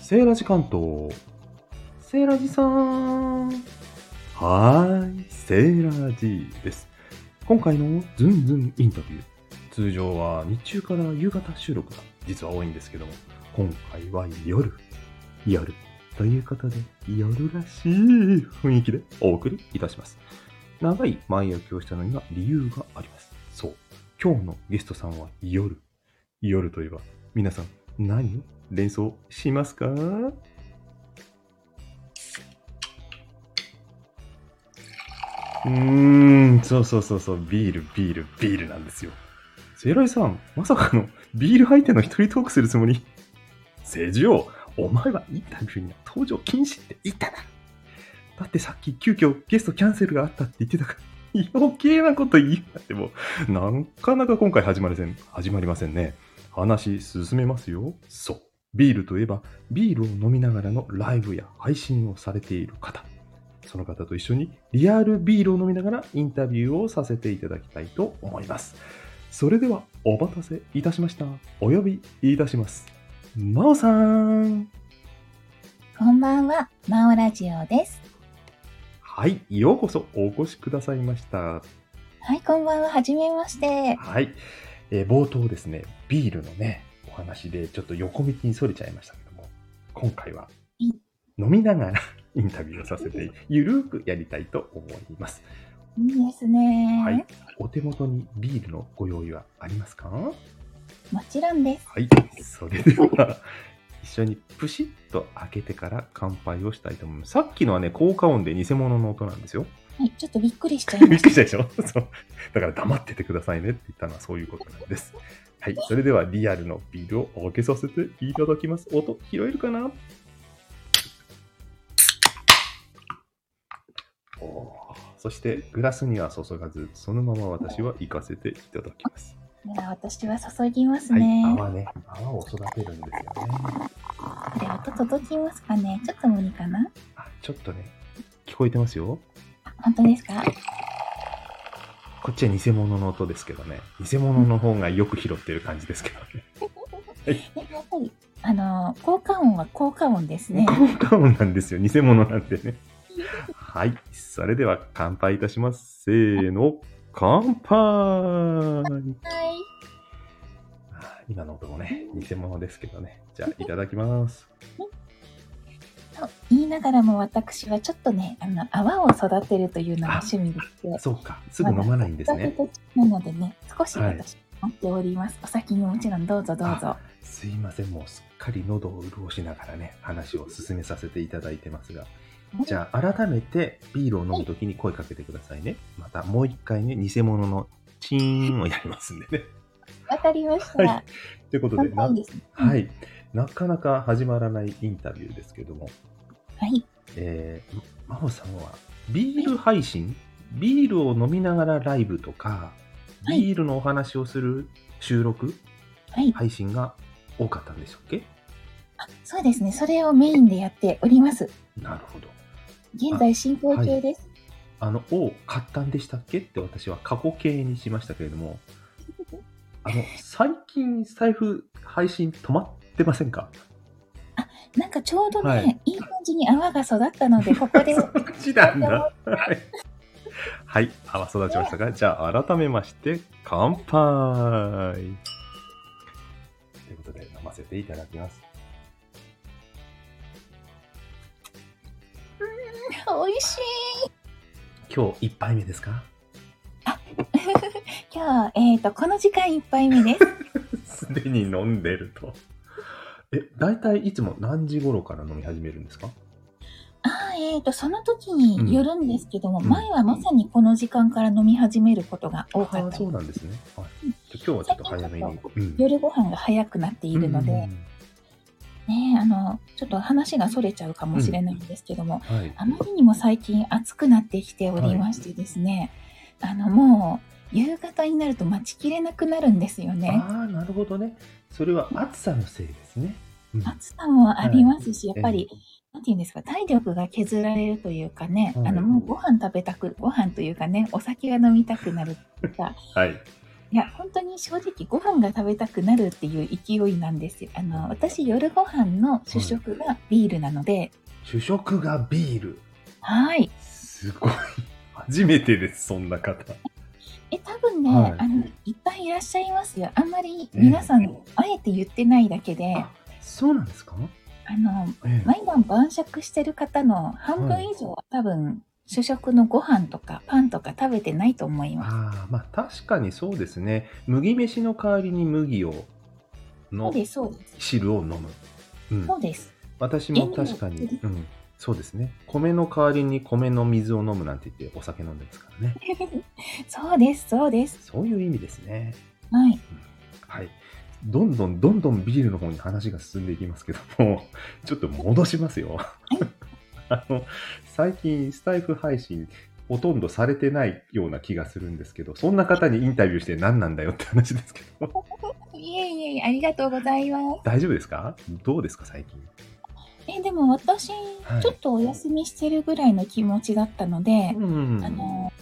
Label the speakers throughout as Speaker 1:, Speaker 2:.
Speaker 1: セーラジ関東。セーラジさん。はーい、セーラジです。今回のズンズンインタビュー。通常は日中から夕方収録が実は多いんですけども、今回は夜。夜。ということで、夜らしい雰囲気でお送りいたします。長い前置きをしたのには理由があります。そう。今日のゲストさんは夜。夜といえば、皆さん何を連想しますかうーん、そうそうそうそう、ビール、ビール、ビールなんですよ。セイライさん、まさかのビール相手の一人トークするつもり政治を、お前はインタビューには登場禁止って言ったな。だってさっき急遽ゲストキャンセルがあったって言ってたから、余計なこと言いやっても、なかなか今回始まりません、始まりませんね。話進めますよ。そう。ビールといえば、ビールを飲みながらのライブや配信をされている方。その方と一緒にリアルビールを飲みながらインタビューをさせていただきたいと思います。それではお待たせいたしました。お呼びいたします。まおさん。
Speaker 2: こんばんは、マオラジオです。
Speaker 1: はい、ようこそお越しくださいました。
Speaker 2: はい、こんばんは、はじめまして。
Speaker 1: はい、えー冒頭ですね、ビールのね、お話でちょっと横道にそれちゃいましたけども、今回は飲みながら インタビューをさせて、ゆるーくやりたいと思います。
Speaker 2: いいですね、
Speaker 1: はい、お手元にビールのご用意はありますかは
Speaker 2: もちろんです。
Speaker 1: い、それでは、一緒にプシッと開けてから乾杯をしたいと思います。さっきのはね、効果音で偽物の音なんですよ。
Speaker 2: はい、ちょっとびっくりしちゃい
Speaker 1: び
Speaker 2: ま
Speaker 1: っ
Speaker 2: し
Speaker 1: くりしたでしょそう。だから黙っててくださいねって言ったのはそういうことなんです。はい。それではリアルのビールをお開けさせていただきます。音拾えるかなおお。そしてグラスには注がず、そのまま私は行かせていただきます。
Speaker 2: た。 では私は注ぎます
Speaker 1: はい。
Speaker 2: ね。
Speaker 1: 泡ね。泡を育てるんですよね。
Speaker 2: これ音届きますかねちょっと無理かな
Speaker 1: あ、ちょっとね、聞こえてますよ。
Speaker 2: あ本当ですか
Speaker 1: こっちは偽物の音ですけどね。偽物の方がよく拾ってる感じですけどね。
Speaker 2: えやっぱり、あの、効果音は効果音ですね。
Speaker 1: 効果音なんですよ。偽物なんでね。はい。それでは乾杯いたします。せーの。乾杯
Speaker 2: はい。
Speaker 1: 今の音もね、偽物ですけどね。じゃあ、いただきます。
Speaker 2: と言いながらも私はちょっとね、あの、泡を育てるというのが趣味でして、
Speaker 1: そうか。すぐ飲まないんですね。
Speaker 2: なのでね、少し
Speaker 1: はい
Speaker 2: 私持っております。お先にもちろんどうぞどうぞ。
Speaker 1: すいません。もうすっかり喉を潤しながらね、話を進めさせていただいてますが。じゃあ、改めてビールを飲むときに声かけてくださいね。また、もう一回ね、偽物のチーンをやりますんでね。
Speaker 2: わかりました。
Speaker 1: はいということで、
Speaker 2: 乾杯ですね。
Speaker 1: はい、なかなか始まらないインタビューですけども、
Speaker 2: はい。
Speaker 1: えー、ま真帆さんはビール配信、ビールを飲みながらライブとか、
Speaker 2: はい
Speaker 1: ビールのお話をする収録、
Speaker 2: はい。
Speaker 1: 配信が多かったんでしたっけ
Speaker 2: あそうですね。それをメインでやっております。
Speaker 1: なるほど。
Speaker 2: 現在進行形です。
Speaker 1: あの、を買ったんでしたっけって私は過去形にしましたけれど も、あの、最近財布配信止まってませんか
Speaker 2: なんかちょうどね、、
Speaker 1: はい
Speaker 2: い感じに泡が育ったので、ここ で。
Speaker 1: そ
Speaker 2: は
Speaker 1: っちなんだ。はい。はい。泡育ちましたか。じゃあ、改めまして、乾杯ということで、飲ませていただきます。
Speaker 2: 美味しい。
Speaker 1: 今日、一杯目ですか
Speaker 2: 今日、えっ、と、この時間一杯目で す。
Speaker 1: すでに飲んでると。え、大体いつも何時頃から飲み始めるんですか
Speaker 2: ああ、えっ、と、その時によるんですけども、
Speaker 1: うん
Speaker 2: 前はまさにこの時間から飲み始めることが多か
Speaker 1: あ
Speaker 2: っ
Speaker 1: あ、
Speaker 2: た。
Speaker 1: そうなんですね。はい、じゃあ今日はちょっと早めに。うん
Speaker 2: 夜ご飯が早くなっているので、
Speaker 1: うん
Speaker 2: ねえあの、ちょっと話がそれちゃうかもしれないんですけども、
Speaker 1: はい。
Speaker 2: あまりにも最近暑くなってきておりましてですね、あのもう夕方になると待ちきれなくなるんですよね。
Speaker 1: ああ、なるほどね。それは暑さのせいですね。うん
Speaker 2: 暑さもありますし、やっぱり、
Speaker 1: え
Speaker 2: なんていうんですか、体力が削られるというかね、
Speaker 1: はい
Speaker 2: あのもうご飯食べたく、ご飯というかね、お酒が飲みたくなるとか、
Speaker 1: えはい。
Speaker 2: いや本当に正直ご飯が食べたくなるっていう勢いなんですよあの私夜ご飯の主食がビールなので
Speaker 1: 主食がビール。
Speaker 2: はい
Speaker 1: すごい。初めてです、そんな方。
Speaker 2: え多分ね、
Speaker 1: はい
Speaker 2: い、あのいっぱいいらっしゃいますよあんまり
Speaker 1: ええ
Speaker 2: 皆さん、あえて言ってないだけで
Speaker 1: あそうなんですか
Speaker 2: あの
Speaker 1: ええ。
Speaker 2: 毎晩晩酌してる方の半分以上は多分主食のご飯とかパンとか食べてないと思います。
Speaker 1: ああ、まあ確かにそうですね。麦飯の代わりに麦を、
Speaker 2: そ
Speaker 1: の
Speaker 2: うですそうです
Speaker 1: 汁を飲む。うん
Speaker 2: そ。うです。
Speaker 1: 私も確か
Speaker 2: 塩分
Speaker 1: に
Speaker 2: を、
Speaker 1: うん。そうですね。米の代わりに米の水を飲むなんて言ってお酒飲んでますからね。
Speaker 2: そうですそうです。
Speaker 1: そういう意味ですね。
Speaker 2: はい。
Speaker 1: はい。どんどんどんどんビールの方に話が進んでいきますけども、 ちょっと戻しますよ。 あの、最近スタイフ配信ほとんどされてないような気がするんですけど、そんな方にインタビューして何なんだよって話ですけど、
Speaker 2: いえいえいえありがとうございます。
Speaker 1: 大丈夫ですかどうですか最近。
Speaker 2: えでも私、
Speaker 1: はい
Speaker 2: ちょっとお休みしてるぐらいの気持ちだったので、
Speaker 1: うん
Speaker 2: あの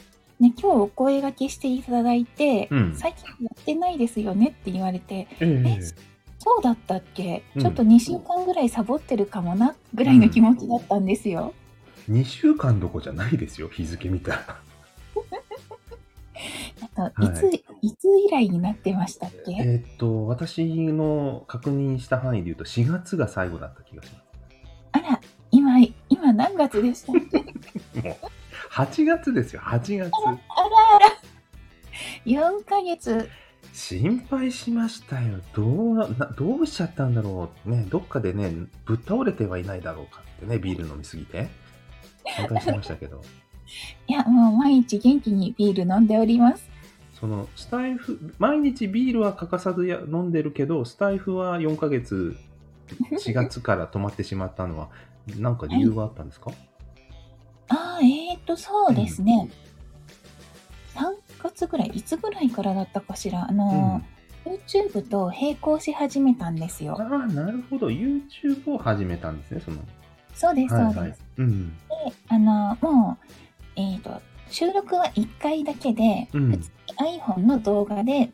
Speaker 2: ね今日お声がけしていただいて、
Speaker 1: うん
Speaker 2: 最近やってないですよねって言われて、
Speaker 1: ええ
Speaker 2: そうだったっけ、
Speaker 1: うん
Speaker 2: ちょっと2週間ぐらいサボってるかもなぐらいの気持ちだったんですよ。
Speaker 1: 2週間どこじゃないですよ、日付見たら。
Speaker 2: あと
Speaker 1: はい
Speaker 2: いつ、い、つ以来になってましたっけ、
Speaker 1: えーっと、私の確認した範囲で言うと4月が最後だった気がします。
Speaker 2: あら、今、今何月 でしたっけ
Speaker 1: 8月ですよ、8月。
Speaker 2: あらあら !4 ヶ月。
Speaker 1: 心配しましたよ。どうな、などうしちゃったんだろう。ね、どっかでね、ぶっ倒れてはいないだろうかってね、ビール飲みすぎて。心配してましたけど。
Speaker 2: いや、もう毎日元気にビール飲んでおります。
Speaker 1: その、スタイフ、毎日ビールは欠かさずや飲んでるけど、スタイフは4ヶ月、4月から止まってしまったのは、なんか理由があったんですか、
Speaker 2: ああ、えーと、 そうですね。3月ぐらい、いつぐらいからだったかしら。あのー、YouTube と並行し始めたんです
Speaker 1: うん。
Speaker 2: よ。
Speaker 1: ああ、なるほど。YouTube を始めたんですね、その。
Speaker 2: そうです、そうです。。
Speaker 1: うん。
Speaker 2: であのもう、えー、と収録は1回だけで、
Speaker 1: うん
Speaker 2: 普通に iPhone の動画で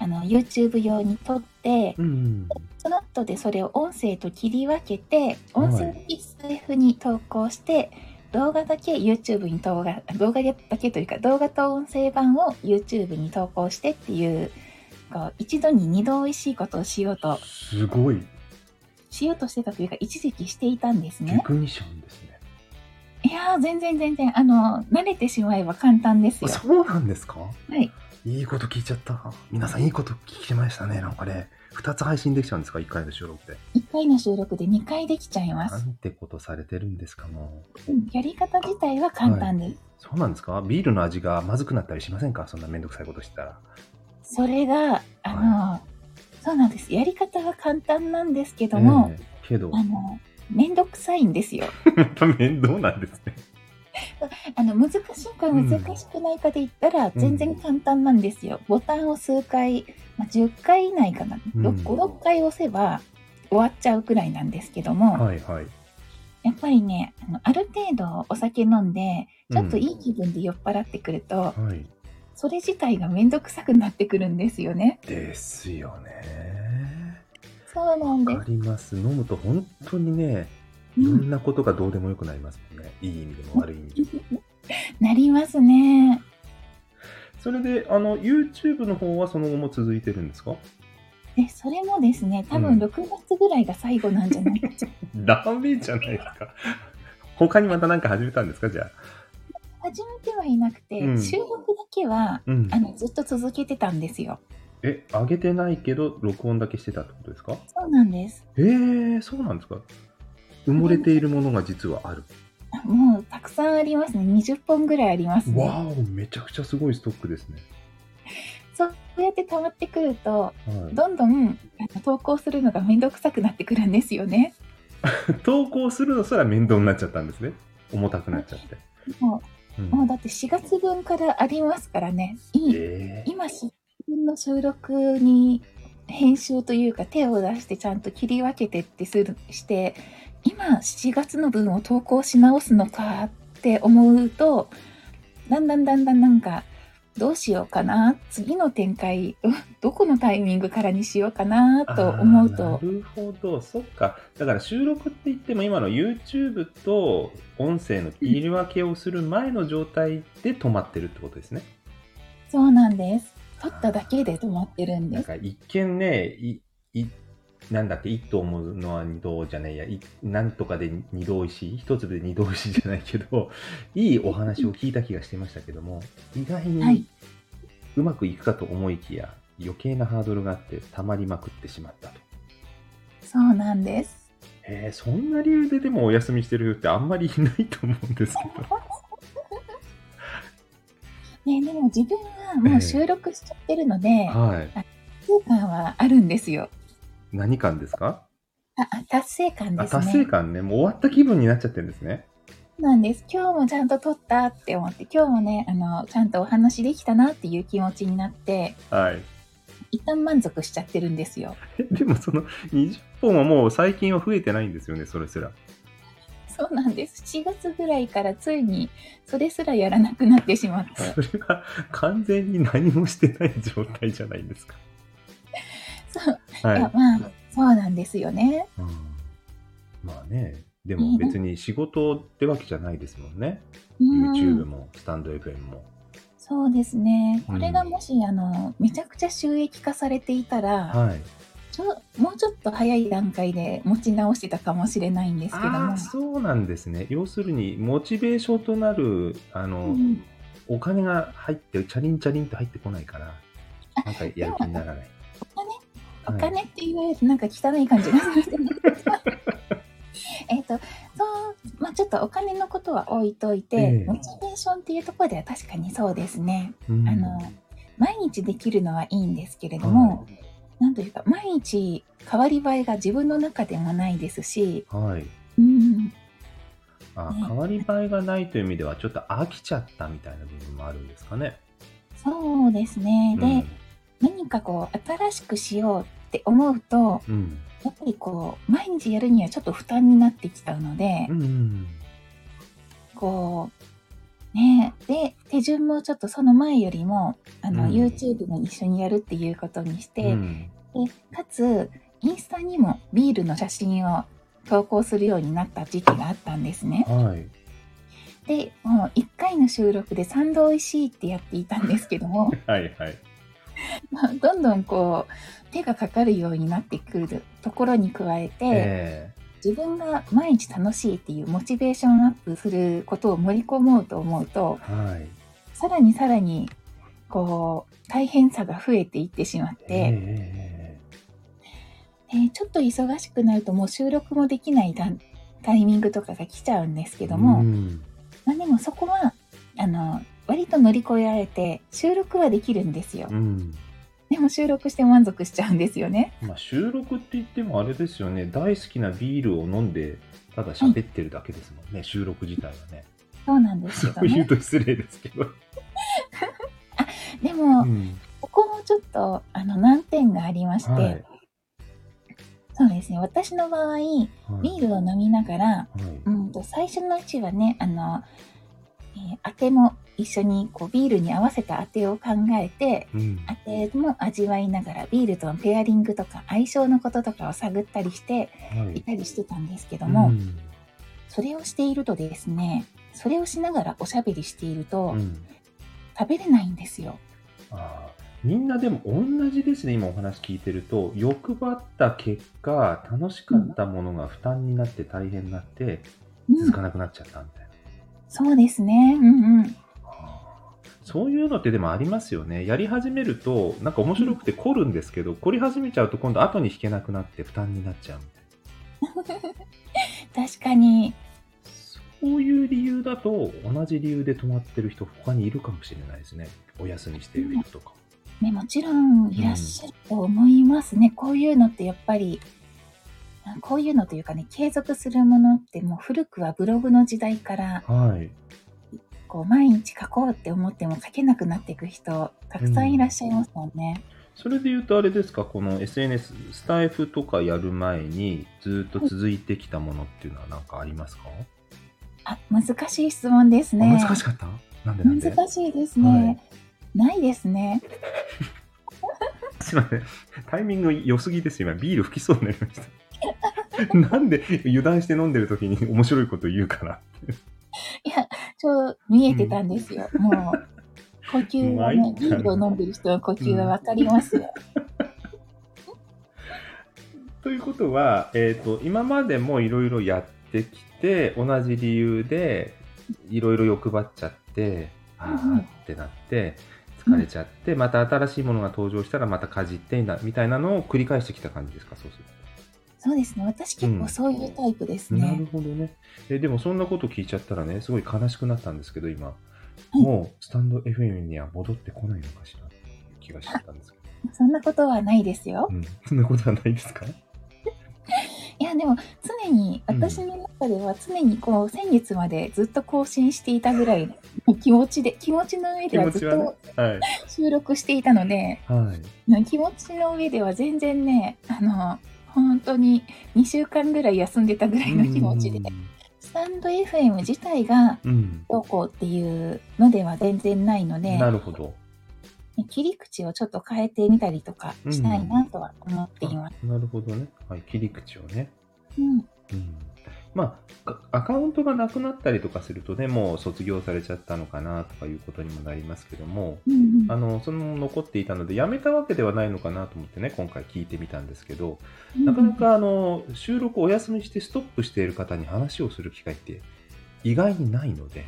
Speaker 2: あの YouTube 用に撮って、
Speaker 1: うん。
Speaker 2: その後でそれを音声と切り分けて音声だけ SF に投稿して、動画だけ YouTube に動画動画だけというか動画と音声版を YouTube に投稿してっていうこう一度に二度おいしいことをしようと
Speaker 1: すごい。
Speaker 2: しようとしてたというか一時期していたんです
Speaker 1: テ
Speaker 2: ね。
Speaker 1: クニシャンですね。
Speaker 2: いやー全然全然あの慣れてしまえば簡単です
Speaker 1: あ
Speaker 2: よ。
Speaker 1: そうなんですか
Speaker 2: はい。
Speaker 1: いいこと聞いちゃった。皆さんいいこと聞きましたね。なんかね、2つ配信できちゃうんですか ?1 回の収録で。
Speaker 2: 1回の収録で2回できちゃいま
Speaker 1: な
Speaker 2: す。
Speaker 1: んてことされてるんですかもう。
Speaker 2: うんやり方自体は簡単です。
Speaker 1: そうなんですかビールの味がまずくなったりしませんかそんなめんどくさいことしてたら。
Speaker 2: それが、あの、そうなんです。やり方は簡単なんですけども、
Speaker 1: ええけど、
Speaker 2: あの、めんどくさいんですよ。
Speaker 1: やっぱ面倒なんですね。
Speaker 2: あの、難しいか難しくないかで言ったら、全然簡単なんですよ。ボタンを数回、まあ、10回以内かな。
Speaker 1: うん
Speaker 2: 5、6回押せば終わっちゃうくらいなんですけども、
Speaker 1: はいはい。
Speaker 2: やっぱりね、あのある程度お酒飲んで、ちょっといい気分で酔っ払ってくると、
Speaker 1: はい。
Speaker 2: それ自体がめんどくさくなってくるんですよね。
Speaker 1: ですよね。
Speaker 2: そうなんで
Speaker 1: わかります。飲むと本当にね、
Speaker 2: す。
Speaker 1: いろ
Speaker 2: うんん
Speaker 1: なことがどうでもよくなりますもんね。いい意味でも悪い意味でも。
Speaker 2: なりますね。
Speaker 1: それで、あの、YouTube の方はその後も続いてるんですか
Speaker 2: で、それもですね、多
Speaker 1: うん
Speaker 2: 分6月ぐらいが最後なんじ ゃないか。
Speaker 1: ダメじゃないですか。他にまた何か始めたんですかじゃあ。
Speaker 2: 始めてはいなくて、
Speaker 1: うん
Speaker 2: 収録だけは、
Speaker 1: うん
Speaker 2: あの、ずっと続けてたんですよ。
Speaker 1: え、上げてないけど、録音だけしてたってことですか
Speaker 2: そうなんです。
Speaker 1: えー、そうなんですか埋もれているものが実はある。
Speaker 2: あもう、たくさんありますね。20本ぐらいありますね。
Speaker 1: わお、めちゃくちゃすごいストックですね。
Speaker 2: そうやって溜まってくると、
Speaker 1: は
Speaker 2: どんどんあの投稿するのがめんどくさくなってくるんですよね。
Speaker 1: い、投稿するのすら面倒になっちゃったんですね。重たくなっちゃって。
Speaker 2: も
Speaker 1: うん
Speaker 2: う、もうだって4月分からありますからね。いい
Speaker 1: えー
Speaker 2: 今自分の収録に編集というか手を出してちゃんと切り分けてってするして今7月の分を投稿し直すのかって思うとだんだんだんだんなんかどうしようかな次の展開 どどこのタイミングからにしようかなと思う
Speaker 1: あ
Speaker 2: と
Speaker 1: ーなるほど、そっか。だから収録って言っても今の YouTube と音声の切り分けをする前の状態で止まってるってことですね。
Speaker 2: そうなんです撮っただけで止まってるん
Speaker 1: なん
Speaker 2: です
Speaker 1: か一見ね、い、い、なんだっけ、一頭思うのは二度じゃないや、いなんとかで二度おいしい、一粒で二度おいしいじゃないけど、 いいお話を聞いた気がしてましたけども、意外
Speaker 2: は
Speaker 1: に
Speaker 2: いう
Speaker 1: まくいくかと思いきや、余計なハードルがあって、たまりまくってしまったと。
Speaker 2: そうなんです
Speaker 1: えー、そんな理由ででもお休みしてる人ってあんまりいないと思うんです けど。
Speaker 2: ねでも自分はもう収録しちゃってるので、
Speaker 1: はい。
Speaker 2: 達成感はあるんですよ
Speaker 1: 何感ですか
Speaker 2: ああ達成感
Speaker 1: あ、
Speaker 2: ですね
Speaker 1: 達成感ね。もう終わった気分になっちゃってるんですね。
Speaker 2: なんです今日もちゃんと撮ったって思って今日もねあのちゃんとお話できたなっていう気持ちになって
Speaker 1: はい。
Speaker 2: 一旦満足しちゃってるんですよ
Speaker 1: えでもその20本はもう最近は増えてないんですよね、それすら。
Speaker 2: そうなんです4月ぐらいからついにそれすらやらなくなってしまって
Speaker 1: それは完全に何もしてない状態じゃないですか。
Speaker 2: そう
Speaker 1: はいい。
Speaker 2: やまあそうなんですよね
Speaker 1: うんまあね、でも別に仕事ってわけじゃないですもんね。
Speaker 2: うん
Speaker 1: YouTube もスタンド FM も。
Speaker 2: そうですね
Speaker 1: う
Speaker 2: こ
Speaker 1: ん
Speaker 2: れがもし、あのめちゃくちゃ収益化されていたら、
Speaker 1: はい。
Speaker 2: ちょもうちょっと早い段階で持ち直してたかもしれないんですけど
Speaker 1: あ
Speaker 2: も
Speaker 1: あ、そうなんですね。要するに、モチベーションとなる、あの、
Speaker 2: うん
Speaker 1: お金が入って、チャリンチャリンと入ってこないから、なんかやる気にならない。
Speaker 2: お
Speaker 1: はい
Speaker 2: 金って言われてなんか汚い感じがする じゃないですか。えっとそうまあ、ちょっとお金のことは置いといて、
Speaker 1: ええ
Speaker 2: モチベーションっていうところでは確かにそうですね
Speaker 1: うん
Speaker 2: あの毎日できるのはいいんですけれども、なんというか毎日変わり映えが自分の中でもないですし、
Speaker 1: はい。はい
Speaker 2: うん、
Speaker 1: あ
Speaker 2: ね
Speaker 1: 変わり映えがないという意味ではちょっと飽きちゃったみたいな部分もあるんですかね。
Speaker 2: そうですねで、何かこう新しくしようって思うと
Speaker 1: うん、うん
Speaker 2: やっぱりこう毎日やるにはちょっと負担になってきちゃうので。
Speaker 1: うんうん
Speaker 2: こう、ね、で、手順もちょっとその前よりも、あの、
Speaker 1: うん
Speaker 2: YouTube も一緒にやるっていうことにし
Speaker 1: う
Speaker 2: て、
Speaker 1: ん
Speaker 2: でかつ、インスタにもビールの写真を投稿するようになった時期があったんですね。
Speaker 1: はい。
Speaker 2: で、もう1回の収録で3度美味しいってやっていたんですけど も、
Speaker 1: はいはい。
Speaker 2: まあどんどんこう、手がかかるようになってくるところに加えて、
Speaker 1: え
Speaker 2: 自分が毎日楽しいっていうモチベーションアップすることを盛り込もうと思うと、
Speaker 1: えはい。
Speaker 2: さらにさらにこう大変さが増えていってしまっ
Speaker 1: え
Speaker 2: て、
Speaker 1: え
Speaker 2: でちょっと忙しくなるともう収録もできないタタイミングとかが来ちゃうんですけども、
Speaker 1: うん
Speaker 2: まあ、でもそこはあの割と乗り越えられて収録はできるんですよ
Speaker 1: うん
Speaker 2: でも収録して満足しちゃうんですよね
Speaker 1: まあ、収録って言ってもあれですよね、大好きなビールを飲んで、ただ喋ってるだけですもんね、収録自体はね。
Speaker 2: そうなんです
Speaker 1: そ
Speaker 2: けど
Speaker 1: ういう
Speaker 2: ね
Speaker 1: と失礼ですけど。
Speaker 2: でも、
Speaker 1: うん
Speaker 2: ここもちょっとあの難点がありまして、
Speaker 1: はいはい
Speaker 2: そうですね私の場合ビールを飲みながら、
Speaker 1: はい
Speaker 2: うんと最初のうちはねあの、えーあても一緒にこうビールに合わせたあてを考えて
Speaker 1: うん
Speaker 2: あても味わいながらビールとのペアリングとか相性のこととかを探ったりして
Speaker 1: はいい
Speaker 2: たりしてたんですけども、
Speaker 1: うん
Speaker 2: それをしているとですねそれをしながらおしゃべりしていると、
Speaker 1: うん
Speaker 2: 食べれないんですよ。
Speaker 1: あーみんなでも同じですね、今お話聞いてると、欲張った結果、楽しかったものが負担になって大変になって、
Speaker 2: うん
Speaker 1: 続かなくなっちゃったみたいな。
Speaker 2: そうですね。うんうん。
Speaker 1: あーそういうのってでもありますよね。やり始めると、なんか面白くて凝るんですけど、凝り始めちゃうと今度後に引けなくなって負担になっちゃうみたいな。
Speaker 2: 確かに。
Speaker 1: そういう理由だと、同じ理由で止まってる人、他にいるかもしれないですね。お休みしてる人とか。
Speaker 2: ね、もちろんいらっしゃると思いますね、こういうのってやっぱりあこういうのというかね継続するものってもう古くはブログの時代から
Speaker 1: はい。
Speaker 2: こう毎日書こうって思っても書けなくなっていく人たくさんいらっしゃいますもんね、
Speaker 1: それで言うとあれですか、この SNS、スタイフとかやる前にずっと続いてきたものっていうのは何かありますか、
Speaker 2: あ難しい質問です
Speaker 1: あ
Speaker 2: ね
Speaker 1: 難しかったなんでなんで
Speaker 2: 難しいですね、
Speaker 1: はい
Speaker 2: ないですね。
Speaker 1: すいません。タイミング良すぎです。今、ビール吹きそうになりま した。なんで油断して飲んでる時に面白いこと言うかな。
Speaker 2: ちょう見えてたんで すよ。もう、呼吸は
Speaker 1: 参
Speaker 2: ね
Speaker 1: っ、た
Speaker 2: ビ
Speaker 1: な
Speaker 2: ールを飲んでる人の呼吸はわかりますよ。
Speaker 1: ということは、えっと今までもいろいろやってきて同じ理由でいろいろ欲張っちゃってあ
Speaker 2: うんうん
Speaker 1: ーってなって疲れちゃって、また新しいものが登場したらまたかじってなみたいなのを繰り返してきた感じですかそうする
Speaker 2: そうですね。私結構そういうタイプです
Speaker 1: と、なる
Speaker 2: ね。
Speaker 1: ほどねえでもそんなこと聞いちゃったらねすごい悲しくなったんですけど今、
Speaker 2: い
Speaker 1: もうスタンド FM には戻ってこないのかしらっていう気がしてたんですけど、
Speaker 2: そんなことはないですよ。
Speaker 1: うん、そんなことはないですか
Speaker 2: いや、でも常に、
Speaker 1: うん
Speaker 2: 私の中では常にこう、先月までずっと更新していたぐらいの気持ちで、気持ちの上
Speaker 1: 気
Speaker 2: では
Speaker 1: 持
Speaker 2: ずっ
Speaker 1: ちはね
Speaker 2: と
Speaker 1: はい
Speaker 2: 収録していたので、
Speaker 1: はい
Speaker 2: 気持ちの上では全然ね、あの、本当に2週間ぐらい休んでたぐらいの 気持ちで、スタンド FM 自体が
Speaker 1: うんうん
Speaker 2: どうこうっていうのでは全然ないので
Speaker 1: な、るほど。
Speaker 2: 切り口をちょっと変えてみたりとかしたいなとは思っています。
Speaker 1: なるほどね。はい、切り口をね。
Speaker 2: うん、
Speaker 1: うん、まあ、かアカウントがなくなったりとかするとね、もう卒業されちゃったのかなとかいうことにもなりますけども、
Speaker 2: うん、
Speaker 1: あの、その残っていたので、やめたわけではないのかなと思ってね、今回聞いてみたんですけど、
Speaker 2: うん。
Speaker 1: なかなかあの、収録お休みしてストップしている方に話をする機会って意外にないので、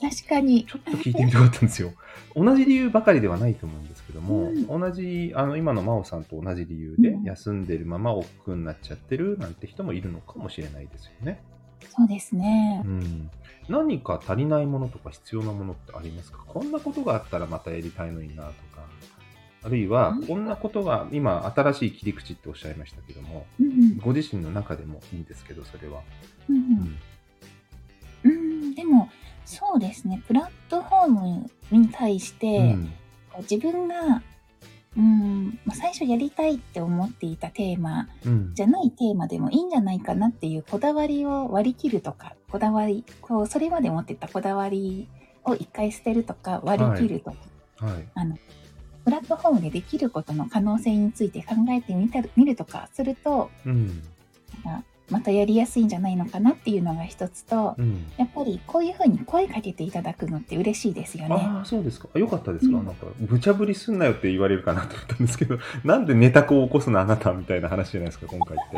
Speaker 2: 確かに。
Speaker 1: ちょっと聞いてみたかったんですよ。 同じ理由ばかりではないと思うんですけども、
Speaker 2: うん
Speaker 1: 同じ、あの、今の真央さんと同じ理由で
Speaker 2: うん
Speaker 1: 休んでるまま億劫になっちゃってるなんて人もいるのかもしれないですよね。
Speaker 2: そうですね
Speaker 1: う。ん。何か足りないものとか必要なものってありますかこんなことがあったらまたやりたいのになとか、あるいは
Speaker 2: うん、
Speaker 1: こんなことが、今、新しい切り口っておっしゃいましたけども、
Speaker 2: うんうん
Speaker 1: ご自身の中でもいいんですけど、それは。
Speaker 2: う
Speaker 1: うんん
Speaker 2: うんうんでも、そうですね。プラットフォームに対して、
Speaker 1: うん
Speaker 2: こう自分が、うんまあ、最初やりたいって思っていたテーマ
Speaker 1: うん
Speaker 2: じゃないテーマでもいいんじゃないかなっていうこだわりを割り切るとかこだわりこうそれまで持ってたこだわりを一回捨てるとか割り切るとか、
Speaker 1: はい。
Speaker 2: プラットフォームでできることの可能性について考えてみた見るとかすると
Speaker 1: うん。
Speaker 2: あまたやりやすいんじゃないのかなっていうのが一つと
Speaker 1: うん。
Speaker 2: やっぱりこういうふうに声かけていただくのって嬉しいですよね。
Speaker 1: ああ、そうですか。あよかったですか。
Speaker 2: うん
Speaker 1: なんか、無茶ぶりすんなよって言われるかなと思ったんですけど、 なんでネタ子を起こすのあなたみたいな話じゃないですか、今回って。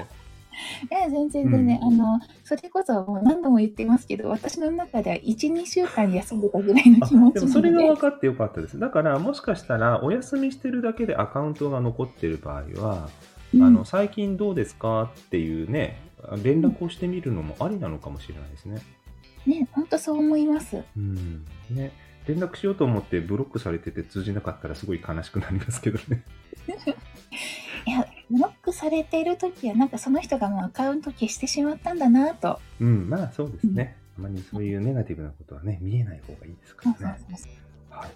Speaker 2: いや全然全然、あのそれこそもう何度も言ってますけど私の中では12週間休んでたぐらいの
Speaker 1: あ
Speaker 2: 気持ち
Speaker 1: でも
Speaker 2: なの
Speaker 1: それ
Speaker 2: で
Speaker 1: が分かってよかったです。だから、もしかしたら、お休みしてるだけでアカウントが残ってる場合は、
Speaker 2: うん
Speaker 1: あの、最近どうですかっていうね、連絡をしてみるのもありなのかもしれないですね。
Speaker 2: ね、本当そう思います。
Speaker 1: うん。ね。連絡しようと思ってブロックされてて通じなかったらすごい悲しくなりますけどね。
Speaker 2: いや、ブロックされている時は、なんかその人がもうアカウント消してしまったんだなと。
Speaker 1: うん、まあそうですね。あまりそういうネガティブなことはね、見えない方がいいですからね。はい、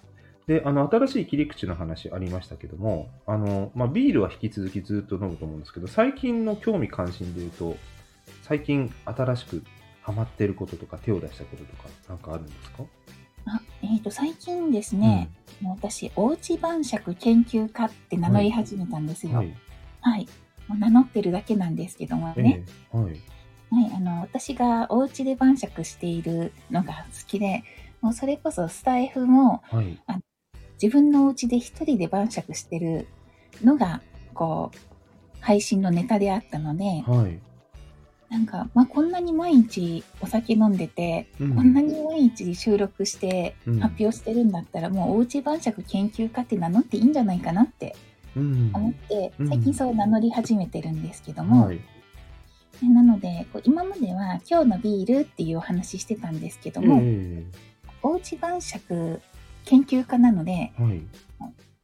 Speaker 1: であの新しい切り口の話ありましたけどもあの、まあ、ビールは引き続きずっと飲むと思うんですけど最近の興味関心でいうと最近新しくハマってることとか手を出したこととかなんかあるんですか
Speaker 2: あえー、と最近ですね、、もう私、おうち晩酌研究家って名乗り始めたんです
Speaker 1: うん
Speaker 2: よ。
Speaker 1: は
Speaker 2: はい
Speaker 1: い、
Speaker 2: もう名乗ってるだけなんですけども
Speaker 1: え
Speaker 2: ね、
Speaker 1: えはい
Speaker 2: はい、あの私がお家で晩酌しているのが好きで、もうそれこそスタイフも
Speaker 1: はい
Speaker 2: 自分のお家で一人で晩酌してるのが、こう、配信のネタであったので、
Speaker 1: はい、
Speaker 2: なんか、まあ、こんなに毎日お酒飲んでて、
Speaker 1: うん
Speaker 2: こんなに毎日収録して
Speaker 1: うん
Speaker 2: 発表してるんだったら、もうおうち晩酌研究家って名乗っていいんじゃないかなって
Speaker 1: うん
Speaker 2: 思って、
Speaker 1: うん
Speaker 2: 最近そう名乗り始めてるんですけども、
Speaker 1: はい
Speaker 2: でなのでこう今までは今日のビールっていうお話ししてたんですけども、
Speaker 1: え
Speaker 2: おうち晩酌研究家なので
Speaker 1: えはい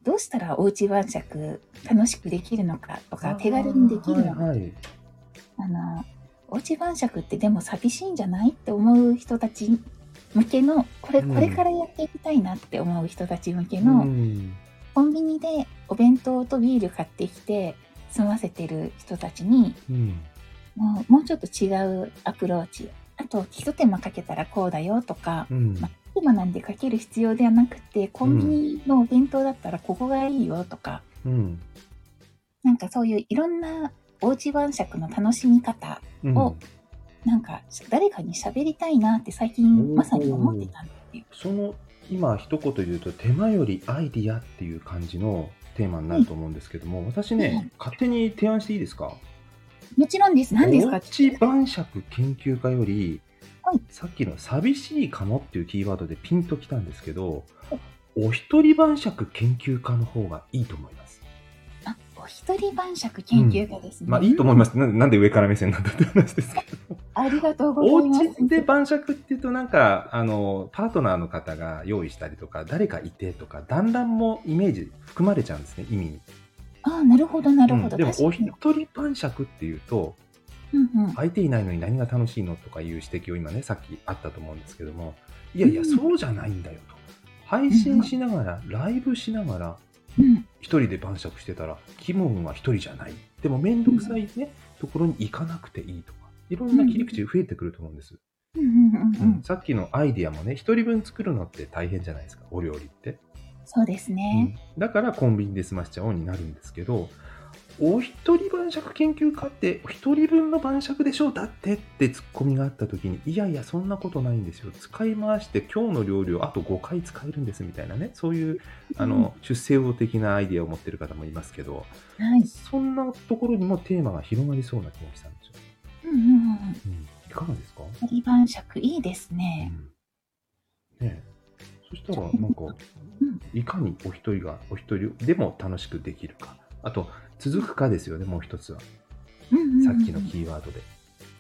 Speaker 2: どうしたらおうち晩酌楽しくできるのかとか手軽
Speaker 1: あー
Speaker 2: にできるのか、
Speaker 1: はいはい
Speaker 2: あのおうち晩酌ってでも寂しいんじゃないって思う人たち向けのこれ
Speaker 1: うん
Speaker 2: これからやっていきたいなって思う人たち向け
Speaker 1: う
Speaker 2: の、
Speaker 1: ん
Speaker 2: コンビニでお弁当とビール買ってきて済ませてる人たちに
Speaker 1: うん
Speaker 2: もうもうちょっと違うアプローチあと一手間かけたらこうだよとか
Speaker 1: うん
Speaker 2: ま今なんでかける必要ではなくてコンビニのお弁当だったらここがいいよとか、
Speaker 1: うん。
Speaker 2: なんかそういういろんなおうち晩酌の楽しみ方
Speaker 1: うん
Speaker 2: おなんか誰かに喋りたいなって最近まさに思ってたんですよ。
Speaker 1: その今一言で言うと手間よりアイディアっていう感じのテーマになると思うんですけども、私ね、勝手に提案していいですか
Speaker 2: もちろんです。何です
Speaker 1: お
Speaker 2: か
Speaker 1: うち晩酌研究家より、
Speaker 2: はい
Speaker 1: さっきの「寂しいかも」っていうキーワードでピンときたんですけど、お一人晩酌研究家の方がいいと思います。
Speaker 2: あお一人晩酌研究家ですね。
Speaker 1: まあいいと思いますってなんなんで上から目線なんだって話ですけど。
Speaker 2: ありがとう
Speaker 1: お
Speaker 2: ございます。
Speaker 1: 家で晩酌っていうとなんかあのパートナーの方が用意したりとか誰かいてとか団らんもイメージ含まれちゃうんですね意味に。
Speaker 2: あーなるほどなるほど。
Speaker 1: うんでも
Speaker 2: 確か
Speaker 1: お
Speaker 2: に
Speaker 1: 一人晩酌っていうと
Speaker 2: うんうん
Speaker 1: 相手いないのに何が楽しいのとかいう指摘を今ねさっきあったと思うんですけどもいやいや
Speaker 2: うん
Speaker 1: そうじゃないんだよと配信しながらライブしながら
Speaker 2: うん
Speaker 1: 一人で晩酌してたら気分は一人じゃないでも面倒くさいねところに行かなくていいとかいろんな切り口増えてくると思うんです。
Speaker 2: うんうんうんう
Speaker 1: うん
Speaker 2: ん。
Speaker 1: さっきのアイディアもね一人分作るのって大変じゃないですかお料理って、
Speaker 2: そうですね。
Speaker 1: うんだからコンビニで済ましちゃおうになるんですけどお一人晩酌研究家ってお一人分の晩酌でしょだってってツッコミがあった時にいやいやそんなことないんですよ使い回して今日の料理をあと5回使えるんですみたいなねそういうあの出世魚的なアイデアを持ってる方もいますけど
Speaker 2: はい。
Speaker 1: そんなところにもテーマが広がりそうな気がしたんですよ、
Speaker 2: うんうんうんうん。
Speaker 1: うん、いかがですか
Speaker 2: 一人晩酌いいですね。
Speaker 1: うんねえそしたらなんか、
Speaker 2: うん
Speaker 1: いかにお一人がお一人でも楽しくできるかあと続くかですよねもう一つは
Speaker 2: うんうんうん
Speaker 1: さっきのキーワードで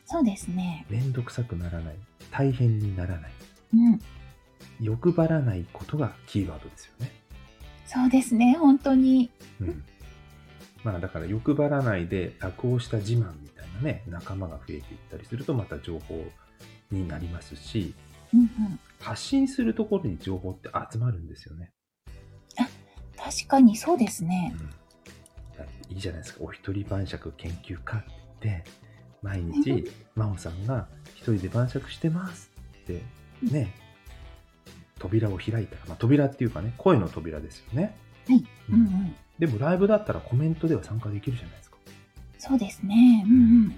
Speaker 2: そうですね。
Speaker 1: 面倒くさくならない大変にならない
Speaker 2: うん。
Speaker 1: 欲張らないことがキーワードですよね、
Speaker 2: そうですね。本当に。
Speaker 1: うん、まあだから欲張らないで楽をした自慢みたいなね仲間が増えていったりするとまた情報になりますし
Speaker 2: うんうん。
Speaker 1: 発信するところに情報って集まるんですよね
Speaker 2: 確かにそうですね。
Speaker 1: いいじゃないですか、お一人晩酌研究家って言って、毎日、真央さんが一人で晩酌してますって、ね、扉を開いたら、まあ、扉っていうかね、声の扉ですよね。
Speaker 2: はいうんう
Speaker 1: うん
Speaker 2: ん。
Speaker 1: でもライブだったらコメントでは参加できるじゃないですか。
Speaker 2: そうですね。うん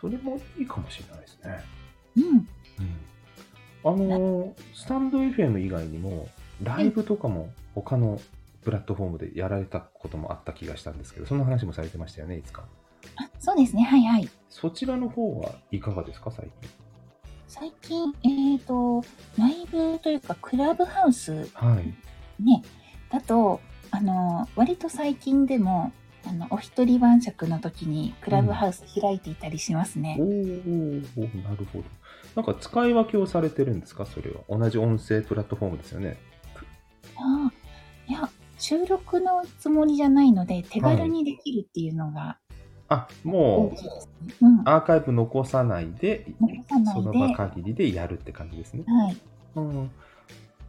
Speaker 1: それもいいかもしれないですね。
Speaker 2: うん。うん。
Speaker 1: うん、あのースタンド FM 以外にも、ライブとかも他のプラットフォームでやられたこともあった気がしたんですけど、その話もされてましたよね、いつか。
Speaker 2: あ、そうですね。はいはい。
Speaker 1: そちらの方はいかがですか、最近。
Speaker 2: 最近、えっ、と、ライブというか、クラブハウス
Speaker 1: はい。
Speaker 2: ね、だと、あの、割と最近でも、あの、お一人晩酌の時にクラブハウス開いていたりしますね。
Speaker 1: おーおーおーなるほど。なんか使い分けをされてるんですか、それは。同じ音声プラットフォームですよね。
Speaker 2: あーいや、収録のつもりじゃないので、手軽にできるっていうのが
Speaker 1: あ、
Speaker 2: 大
Speaker 1: も、
Speaker 2: きいうですね。うん。
Speaker 1: アーカイブ残さないで、
Speaker 2: 残さないで
Speaker 1: その場限りでやるって感じですね。
Speaker 2: はい。
Speaker 1: うん。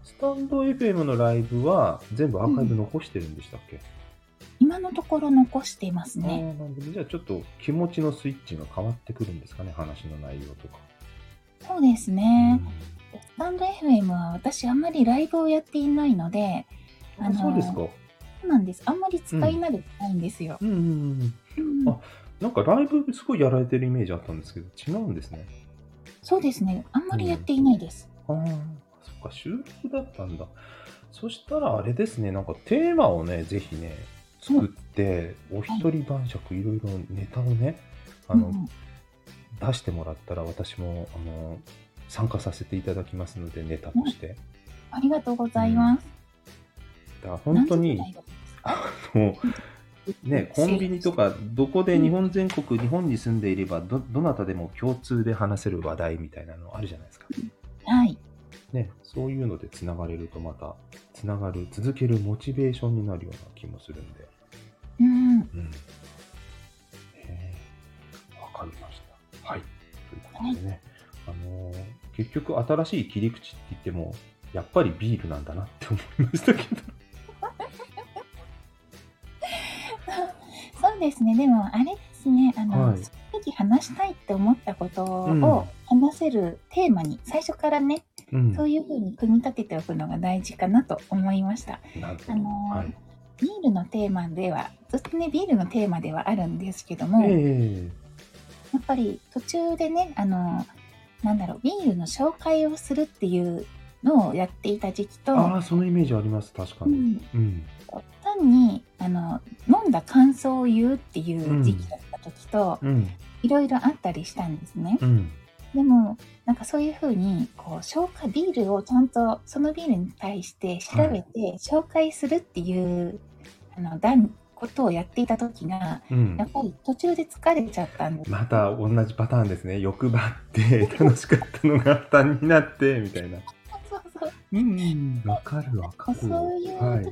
Speaker 1: スタンド FM のライブは全部アーカイブ残してるんでしたっけ、
Speaker 2: 今のところ残してます
Speaker 1: ああ
Speaker 2: ね。
Speaker 1: ーなるほどじゃあちょっと気持ちのスイッチが変わってくるんですかね話の内容とか。
Speaker 2: そうです
Speaker 1: う
Speaker 2: ね。
Speaker 1: ん
Speaker 2: スタンド FM は私あんまりライブをやっていないので、
Speaker 1: あ
Speaker 2: あのー
Speaker 1: そうですか。
Speaker 2: そうなんです。あんまり使い慣れてないんですよ。
Speaker 1: うんうんうん。
Speaker 2: うん
Speaker 1: あなんかライブすごいやられてるイメージあったんですけど、違うんですね。
Speaker 2: そうですね。あんまりやっていないです。
Speaker 1: ああ、そっか、収録だったんだ。そしたらあれですね、なんかテーマをね、ぜひね、作って、お一人晩酌いろいろネタをね、あの、
Speaker 2: うんうん
Speaker 1: 出してもらったら私も、あの、参加させていただきますので、ネタとして。
Speaker 2: ありがとうございます。
Speaker 1: だから本当
Speaker 2: 何
Speaker 1: に、
Speaker 2: 時
Speaker 1: あの、ね、コンビニとか、どこで日本全国、日本に住んでいればど、どなたでも共通で話せる話題みたいなのあるじゃないですか。
Speaker 2: はい。
Speaker 1: ね、そういうのでつながれるとまたつながる続けるモチベーションになるような気もするんで、
Speaker 2: う
Speaker 1: う
Speaker 2: ん。
Speaker 1: ん、へえわかりましたはいということでね、あのー結局新しい切り口って言ってもやっぱりビールなんだなって思いましたけど
Speaker 2: そうですね。でも、あれですね。あの、
Speaker 1: はい
Speaker 2: その時話したいって思ったこと
Speaker 1: うん
Speaker 2: を話せるテーマに、最初からね、
Speaker 1: うん。
Speaker 2: そういうふうに組み立てておくのが大事かなと思いました。
Speaker 1: なるほど
Speaker 2: あのー
Speaker 1: はい。
Speaker 2: ビールのテーマではずっとねビールのテーマではあるんですけども、
Speaker 1: え
Speaker 2: やっぱり途中でねあのなんだろうビールの紹介をするっていうのをやっていた時期
Speaker 1: えあ
Speaker 2: と、
Speaker 1: あ、そのイメージあります、確か
Speaker 2: う
Speaker 1: に。
Speaker 2: ん、
Speaker 1: うん。
Speaker 2: 単にあの飲んだ感想を言うっていう時期だった時と、
Speaker 1: うん。
Speaker 2: いろいろあったりしたんですね
Speaker 1: う。ん。
Speaker 2: でもなんかそういうふうにこう紹介ビールをちゃんとそのビールに対して調べて紹介するっていう、あの段ことをやっていた時が
Speaker 1: うん
Speaker 2: や。っぱり途中で疲れちゃったんです。
Speaker 1: また同じパターンですね。欲張って、楽しかったのが負担になって、みたいな。
Speaker 2: そうそう
Speaker 1: うん。わかるわかる。
Speaker 2: そういう時
Speaker 1: はい。
Speaker 2: うん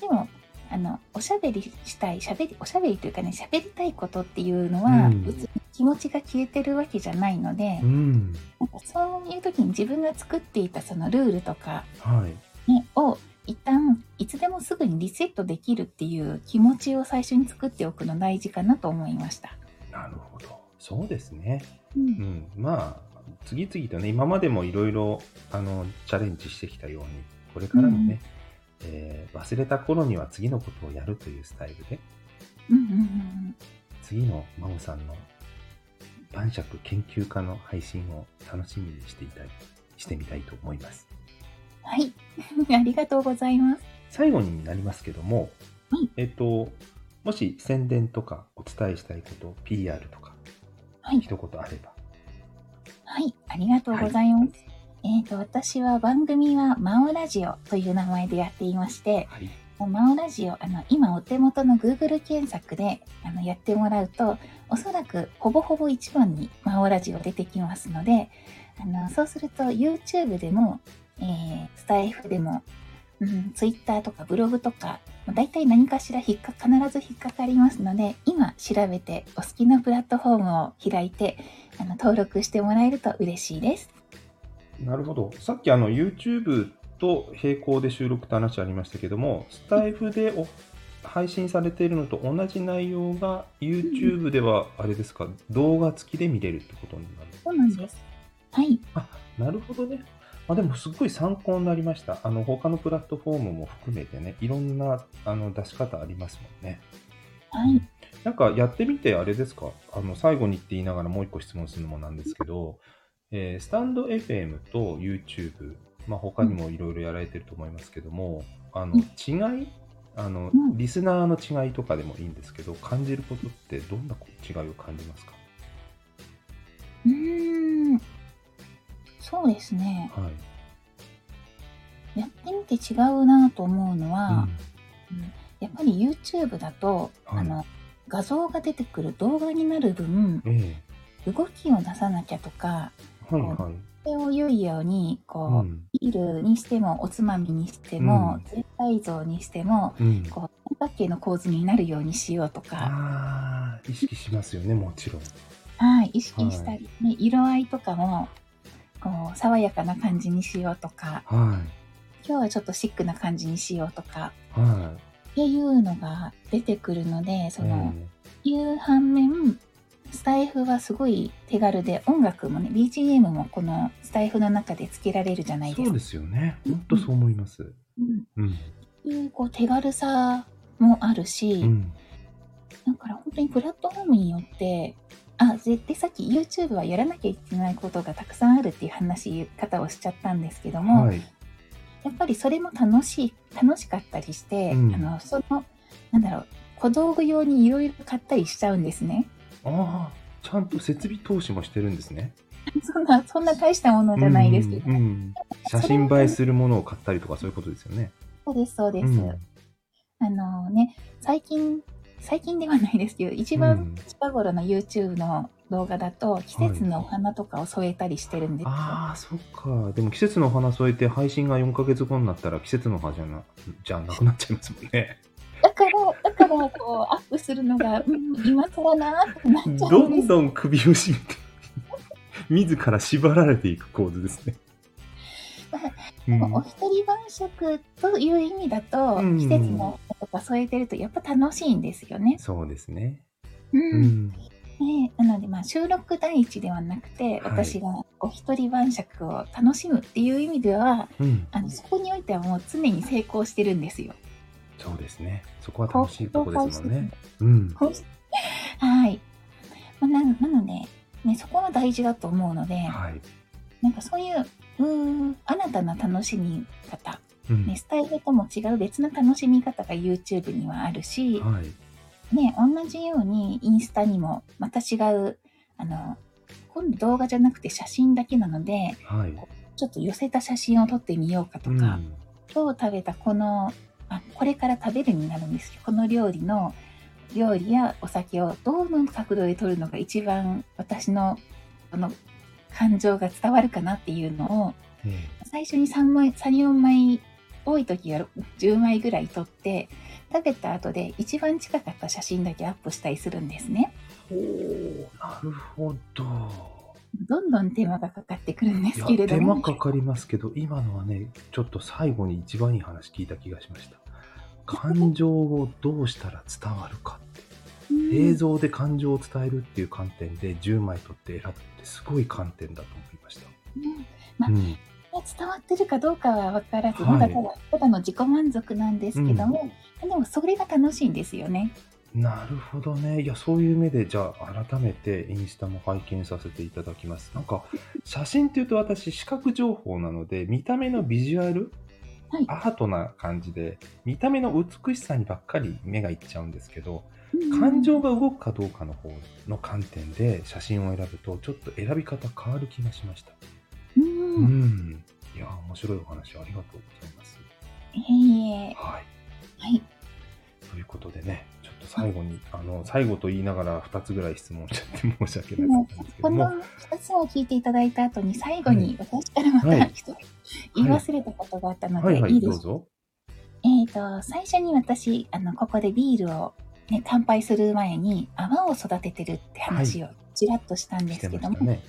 Speaker 2: でもあのおしゃべりしたいしゃべりおしゃべりというかねしゃべりたいことっていうのは、
Speaker 1: うん
Speaker 2: 別に気持ちが消えてるわけじゃないので、
Speaker 1: うん。
Speaker 2: なんかそういう時に自分が作っていたそのルールとか、
Speaker 1: はい。
Speaker 2: ね、を一旦いつでもすぐにリセットできるっていう気持ちを最初に作っておくの大事かなと思いました。
Speaker 1: なるほど。そうですね。
Speaker 2: う
Speaker 1: うんん、まあ次々とね今までもいろいろあのチャレンジしてきたようにこれからもね、えー忘れた頃には次のことをやるというスタイルで
Speaker 2: うんうんうん
Speaker 1: 次の真央さんの晩酌研究家の配信を楽しみにしていたいしてみたいと思います
Speaker 2: はい、 ありがとうございます。
Speaker 1: 最後になりますけども、
Speaker 2: はい
Speaker 1: えっともし宣伝とかお伝えしたいこと PR とか
Speaker 2: はい
Speaker 1: 一言あれば
Speaker 2: はい、ありがとうございます。えっ、と、私は番組はマオラジオという名前でやっていまして、
Speaker 1: はい、
Speaker 2: マオラジオ、あの、今お手元の Google 検索で、あの、やってもらうと、おそらくほぼほぼ一番にマオラジオ出てきますので、あの、そうすると YouTube でも、えー、スタイフでも、うん、Twitter とかブログとか、まあ大体何かしら引っか、必ず引っかかりますので、今調べてお好きなプラットフォームを開いて、あの、登録してもらえると嬉しいです。
Speaker 1: なるほど。さっきあの YouTube と並行で収録って話ありましたけども、スタイフでお配信されているのと同じ内容が YouTube ではあれですか、動画付きで見れるってことになる
Speaker 2: そうなんです。はい。
Speaker 1: あ、なるほどね。あでもすごい参考になりました。あの他のプラットフォームも含めてね、いろんなあの出し方ありますもんね。
Speaker 2: はい。
Speaker 1: なんかやってみて、あれですか、あの最後にって言いながらもう一個質問するのもなんですけど、えースタンド FM と YouTube、まあ、他にもいろいろやられてると思いますけども、あの違いあの、
Speaker 2: うん
Speaker 1: リスナーの違いとかでもいいんですけど、感じることってどんな違いを感じますか、
Speaker 2: うーん。そうですね。
Speaker 1: はい
Speaker 2: やってみて違うなと思うのは、やっぱり YouTube だと、
Speaker 1: はい
Speaker 2: あの、画像が出てくる動画になる分、
Speaker 1: うんえ
Speaker 2: 動きを出さなきゃとか、
Speaker 1: えはいはい。
Speaker 2: それを良いように、こう、
Speaker 1: うん
Speaker 2: ビールにしても、おつまみにしても、
Speaker 1: うん
Speaker 2: 全体像にしても、
Speaker 1: うん、
Speaker 2: こう、三角形の構図になるようにしようとか、
Speaker 1: あー意識しますよね、もちろん。
Speaker 2: はい、意識したり、ね、色合いとかも、こう、爽やかな感じにしようとか、
Speaker 1: は
Speaker 2: 今日はちょっとシックな感じにしようとか
Speaker 1: い。は
Speaker 2: っていうのが出てくるので
Speaker 1: い。
Speaker 2: その、いう反面スタイフはすごい手軽で音楽もね BGM もこのスタイフの中でつけられるじゃ
Speaker 1: え
Speaker 2: ない
Speaker 1: え
Speaker 2: で
Speaker 1: そ
Speaker 2: す
Speaker 1: う
Speaker 2: か。
Speaker 1: ですよね。本当そう思います。
Speaker 2: うん
Speaker 1: うん。
Speaker 2: いうこう手軽さもあるし、
Speaker 1: うん
Speaker 2: だから本当にプラットフォームによってあででさっき YouTube はやらなきゃいけないことがたくさんあるっていう話し方をしちゃったんですけども、
Speaker 1: はい。
Speaker 2: やっぱりそれも楽しい楽しかったりして、
Speaker 1: うん
Speaker 2: あのそのなんだろう小道具用にいろいろ買ったりしちゃうんですね。
Speaker 1: ああ、ちゃんと設備投資もしてるんですね。
Speaker 2: そんなそんな大したものじゃないですけど、
Speaker 1: うんうん写真映えするものを買ったりとかそういうことですよね。
Speaker 2: そうですそうです。
Speaker 1: うん
Speaker 2: あのね最近最近ではないですけど一
Speaker 1: うん
Speaker 2: 番近頃の YouTube の動画だと季節のお花とかを添えたりしてるんですよ。
Speaker 1: ああ、そっか。でも季節のお花添えて配信が4ヶ月後になったら季節の花じゃなじゃなくなっちゃいますもんね。
Speaker 2: だからだからこうアップするのが、うん、今更なーってなっちゃうんです。
Speaker 1: どんどん首を絞めて、自 ら縛られていく構図ですね。うん
Speaker 2: お一人晩酌という意味だと、
Speaker 1: うん
Speaker 2: 季節のとか添えてるとやっぱ楽しいんですよね。
Speaker 1: そうですね。う
Speaker 2: う
Speaker 1: んん。
Speaker 2: ね、なので、まあ、収録第一ではなく
Speaker 1: は
Speaker 2: て、
Speaker 1: い
Speaker 2: 私がお一人晩酌を楽しむっていう意味では
Speaker 1: うん。
Speaker 2: あのそこにおいてはもう常に成功してるんですよ。
Speaker 1: そうですね。そこは楽しいとこですもんね。うん。
Speaker 2: はい、まあ、ななので、ね、そこは大事だと思うので
Speaker 1: はい。
Speaker 2: なんかそういううーん新たな楽しみ方、
Speaker 1: うん
Speaker 2: ね、スタイルとも違う別な楽しみ方が YouTube にはあるし、
Speaker 1: はい。
Speaker 2: ね、同じようにインスタにもまた違うあの今度動画じゃなくて写真だけなので
Speaker 1: はい。
Speaker 2: ちょっと寄せた写真を撮ってみようかと
Speaker 1: うん
Speaker 2: か、今日食べたこのあこれから食べるになるんですけどこの料理の料理やお酒をどの角度で撮るのが一番私のこの感情が伝わるかなっていうのを
Speaker 1: え
Speaker 2: 最初に3枚34枚多い時は10枚ぐらい撮って食べた後で一番近かった写真だけアップしたりするんですね。
Speaker 1: えおーなるほど。
Speaker 2: どんどん手間がかかってくるんで
Speaker 1: い
Speaker 2: す
Speaker 1: や
Speaker 2: けれど
Speaker 1: 手
Speaker 2: も。
Speaker 1: 間かかりますけど、今のはね、ちょっと最後に一番いい話聞いた気がしました。感情をどうしたら伝わるかって。
Speaker 2: うん
Speaker 1: 映像で感情を伝えるっていう観点で10枚取って選ぶってすごい観点だと思いました。
Speaker 2: うんまあ
Speaker 1: うん、
Speaker 2: 伝わってるかどうかは分からず、
Speaker 1: はい
Speaker 2: まだただただの自己満足なんですけども、でもそれが楽しいんですよね。
Speaker 1: なるほどね。いや、そういう目で、じゃあ改めてインスタも拝見させていただきます。なんか、写真っていうと私、視覚情報なので、見た目のビジュアル、
Speaker 2: はい
Speaker 1: アートな感じで、見た目の美しさにばっかり目がいっちゃうんですけど、
Speaker 2: うん
Speaker 1: 感情が動くかどうかの方の観点で写真を選ぶと、ちょっと選び方変わる気がしました。
Speaker 2: うん
Speaker 1: うん。いや、面白いお話ありがとうございます。
Speaker 2: いえいえ
Speaker 1: はい。
Speaker 2: はい、
Speaker 1: ということでね、ちょっと最後に、あの、最後と言いながら2つぐらい質問しちゃって申 し訳
Speaker 2: で
Speaker 1: なかっ
Speaker 2: も
Speaker 1: たんですけ
Speaker 2: こ
Speaker 1: ど
Speaker 2: の
Speaker 1: も、
Speaker 2: 2つを聞いていただいた後に最後に私からま
Speaker 1: は
Speaker 2: た
Speaker 1: い
Speaker 2: 一つ言い忘れたことがあったので、
Speaker 1: はい
Speaker 2: い
Speaker 1: はいい、
Speaker 2: で
Speaker 1: どう
Speaker 2: すか
Speaker 1: ぞ。
Speaker 2: えっ、と最初に私あのここでビールを、ね、乾杯する前に泡を育ててるって話をちらっとしたんで
Speaker 1: し
Speaker 2: す
Speaker 1: て
Speaker 2: け
Speaker 1: ま
Speaker 2: ど
Speaker 1: した、
Speaker 2: も
Speaker 1: ね。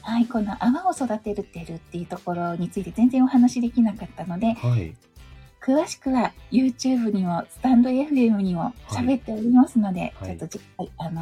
Speaker 2: はい、この泡を育てるってるっていうところについて全然お話できなかったので
Speaker 1: はい。
Speaker 2: 詳しくは YouTube にもスタンド FM にも喋っておりますので、
Speaker 1: はい
Speaker 2: ちょっと次回あの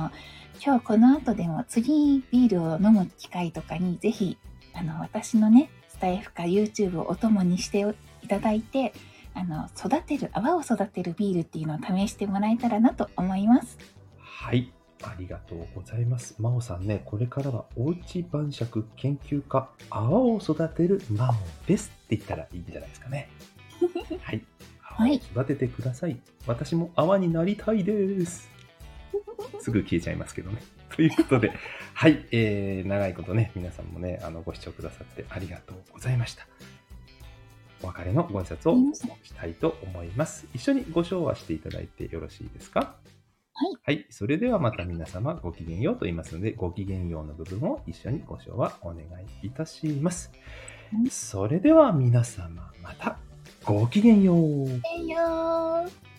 Speaker 2: 今日この後でも次ビールを飲む機会とかにぜひあの私のねスタイフか YouTube をお供にしていただいてあの育てる泡を育てるビールっていうのを試してもらえたらなと思 います。
Speaker 1: はい。ありがとうございます。真央さんね、これからはおうち晩酌研究家、泡を育てる真央ですって言ったらいいんじゃないですか ね。はい。泡を
Speaker 2: い
Speaker 1: 育ててください。私も泡になりたいです。すぐ消えちゃいますけどね。 ということで、はい、えー、長いことね、皆さんもね、あの、ご視聴くださってありがとうございました。お別れのご挨拶をしたいと思います。一緒にご唱和していただいてよろしいですか
Speaker 2: はい。
Speaker 1: はい、それではまた皆様ごきげんようと言いますので、ごきげんようの部分を一緒にご唱和お願いいたします
Speaker 2: は。い
Speaker 1: それでは皆様またごきげんよう。
Speaker 2: えいよー